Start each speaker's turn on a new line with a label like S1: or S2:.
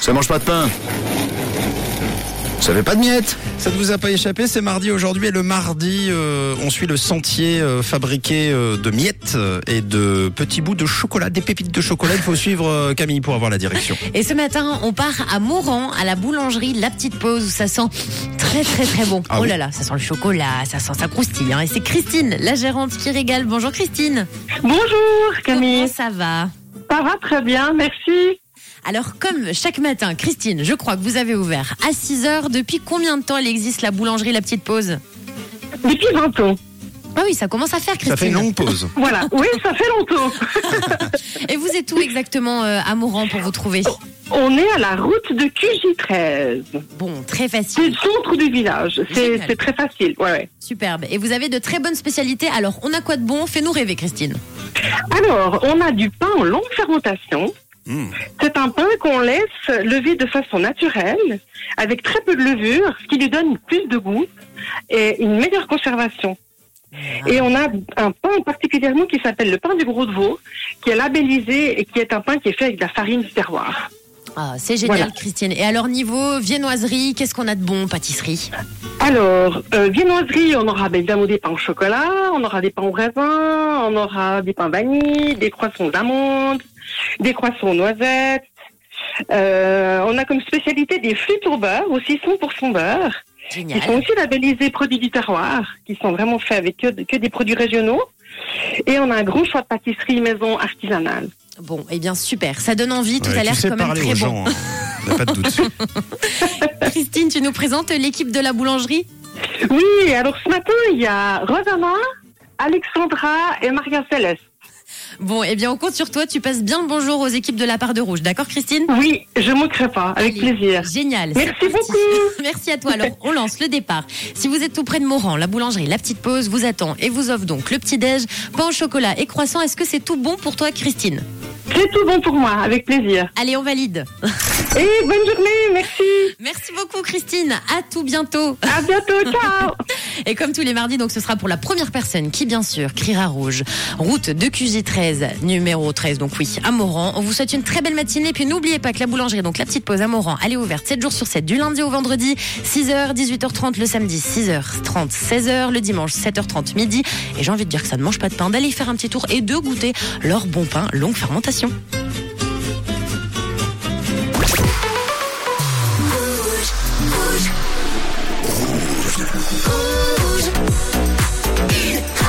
S1: Ça mange pas de pain. Ça fait pas de miettes.
S2: Ça ne vous a pas échappé, c'est mardi aujourd'hui et le mardi, euh, on suit le sentier euh, fabriqué euh, de miettes euh, et de petits bouts de chocolat, des pépites de chocolat. Il faut suivre euh, Camille pour avoir la direction.
S3: Et ce matin, on part à Moran, à la boulangerie de la petite pause où ça sent très très très bon.
S2: Ah
S3: oh
S2: oui.
S3: là là, ça sent le chocolat, ça sent ça croustille. hein. Et c'est Christine, la gérante qui régale. Bonjour Christine.
S4: Bonjour
S3: Comment
S4: Camille,
S3: ça va
S4: ça va très bien, merci.
S3: Alors comme chaque matin, Christine, je crois que vous avez ouvert à 6h. Depuis combien de temps elle existe la boulangerie la petite pause
S4: Depuis 20 ans.
S3: Ah oui, ça commence à faire Christine.
S2: Ça fait une longue pause.
S4: Voilà, oui, ça fait longtemps.
S3: Et vous êtes où exactement euh, à Moran pour vous trouver
S2: Oh.
S4: On est à la route de QJ13.
S3: Bon, très
S4: C'est le
S3: facile,
S4: centre du village. C'est
S3: Génial.
S4: c'est très facile. Ouais, ouais.
S3: superbe. Et vous avez de très bonnes spécialités. Alors, on a quoi de bon Fais-nous rêver Christine.
S4: Alors, on a du pain en longue fermentation.
S2: Mm.
S4: C'est un pain qu'on laisse lever de façon naturelle, avec très peu de levure, ce qui lui donne plus de goût et une meilleure conservation.
S3: Ah.
S4: Et on a un pain particulièrement qui s'appelle le pain du gros de veau, qui est labellisé et qui est un pain qui est fait avec de la farine du terroir.
S3: Ah, c'est génial,
S4: Voilà.
S3: Christine. Et alors, niveau viennoiserie, qu'est-ce qu'on a de bon Pâtisserie
S4: Alors, euh, viennoiserie, on aura ben, évidemment des pains au chocolat, on aura des pains au raisin, on aura des pains vanille, des croissants d'amandes, des croissants aux noisettes. Euh, on a comme spécialité des flûtes au beurre, aussi 100% beurre, qui sont
S3: Génial.
S4: aussi labellisés produits du terroir, qui sont vraiment faits avec que, que des produits régionaux. Et on a un grand choix de pâtisserie maison artisanale.
S3: Bon, eh bien, super. Ça donne envie. Tout
S2: Ouais,
S3: à
S2: tu
S3: l'heure
S2: sais
S3: quand même
S2: parler
S3: très
S2: aux gens,
S3: bon.
S2: hein. Y a pas de doute.
S3: Christine, tu nous présentes l'équipe de la boulangerie
S4: Oui, alors ce matin, il y a Rosanna, Alexandra et Maria Céleste.
S3: Bon, eh bien, on compte sur toi. Tu passes bien le bonjour aux équipes de la part de rouge. D'accord, Christine
S4: Oui, je manquerai pas, avec
S3: Allez,
S4: plaisir.
S3: Génial. c'est
S4: Merci
S3: parti.
S4: beaucoup.
S3: Merci à toi. Alors, on lance le départ. Si vous êtes tout près de Moran, la boulangerie, la petite pause vous attend et vous offre donc le petit-déj, pain au chocolat et croissant. Est-ce que c'est tout bon pour toi, Christine
S4: C'est tout bon pour moi, avec plaisir.
S3: Allez, on valide.
S4: Et bonne journée, merci.
S3: Merci beaucoup, Christine. À tout bientôt.
S4: À bientôt, ciao.
S3: Et comme tous les mardis, donc ce sera pour la première personne qui, bien sûr, criera rouge. Route de QJ13, numéro 13, donc oui, à Moran. On vous souhaite une très belle matinée. Puis n'oubliez pas que la boulangerie, donc la petite pause à Moran, elle est ouverte 7 jours sur 7, du lundi au vendredi, 6h, 18h30 le samedi, 6h30, 16h le dimanche, 7h30 midi. Et j'ai envie de dire que ça ne mange pas de pain, d'aller y faire un petit tour et de goûter leur bon pain longue fermentation.
S5: Rouge.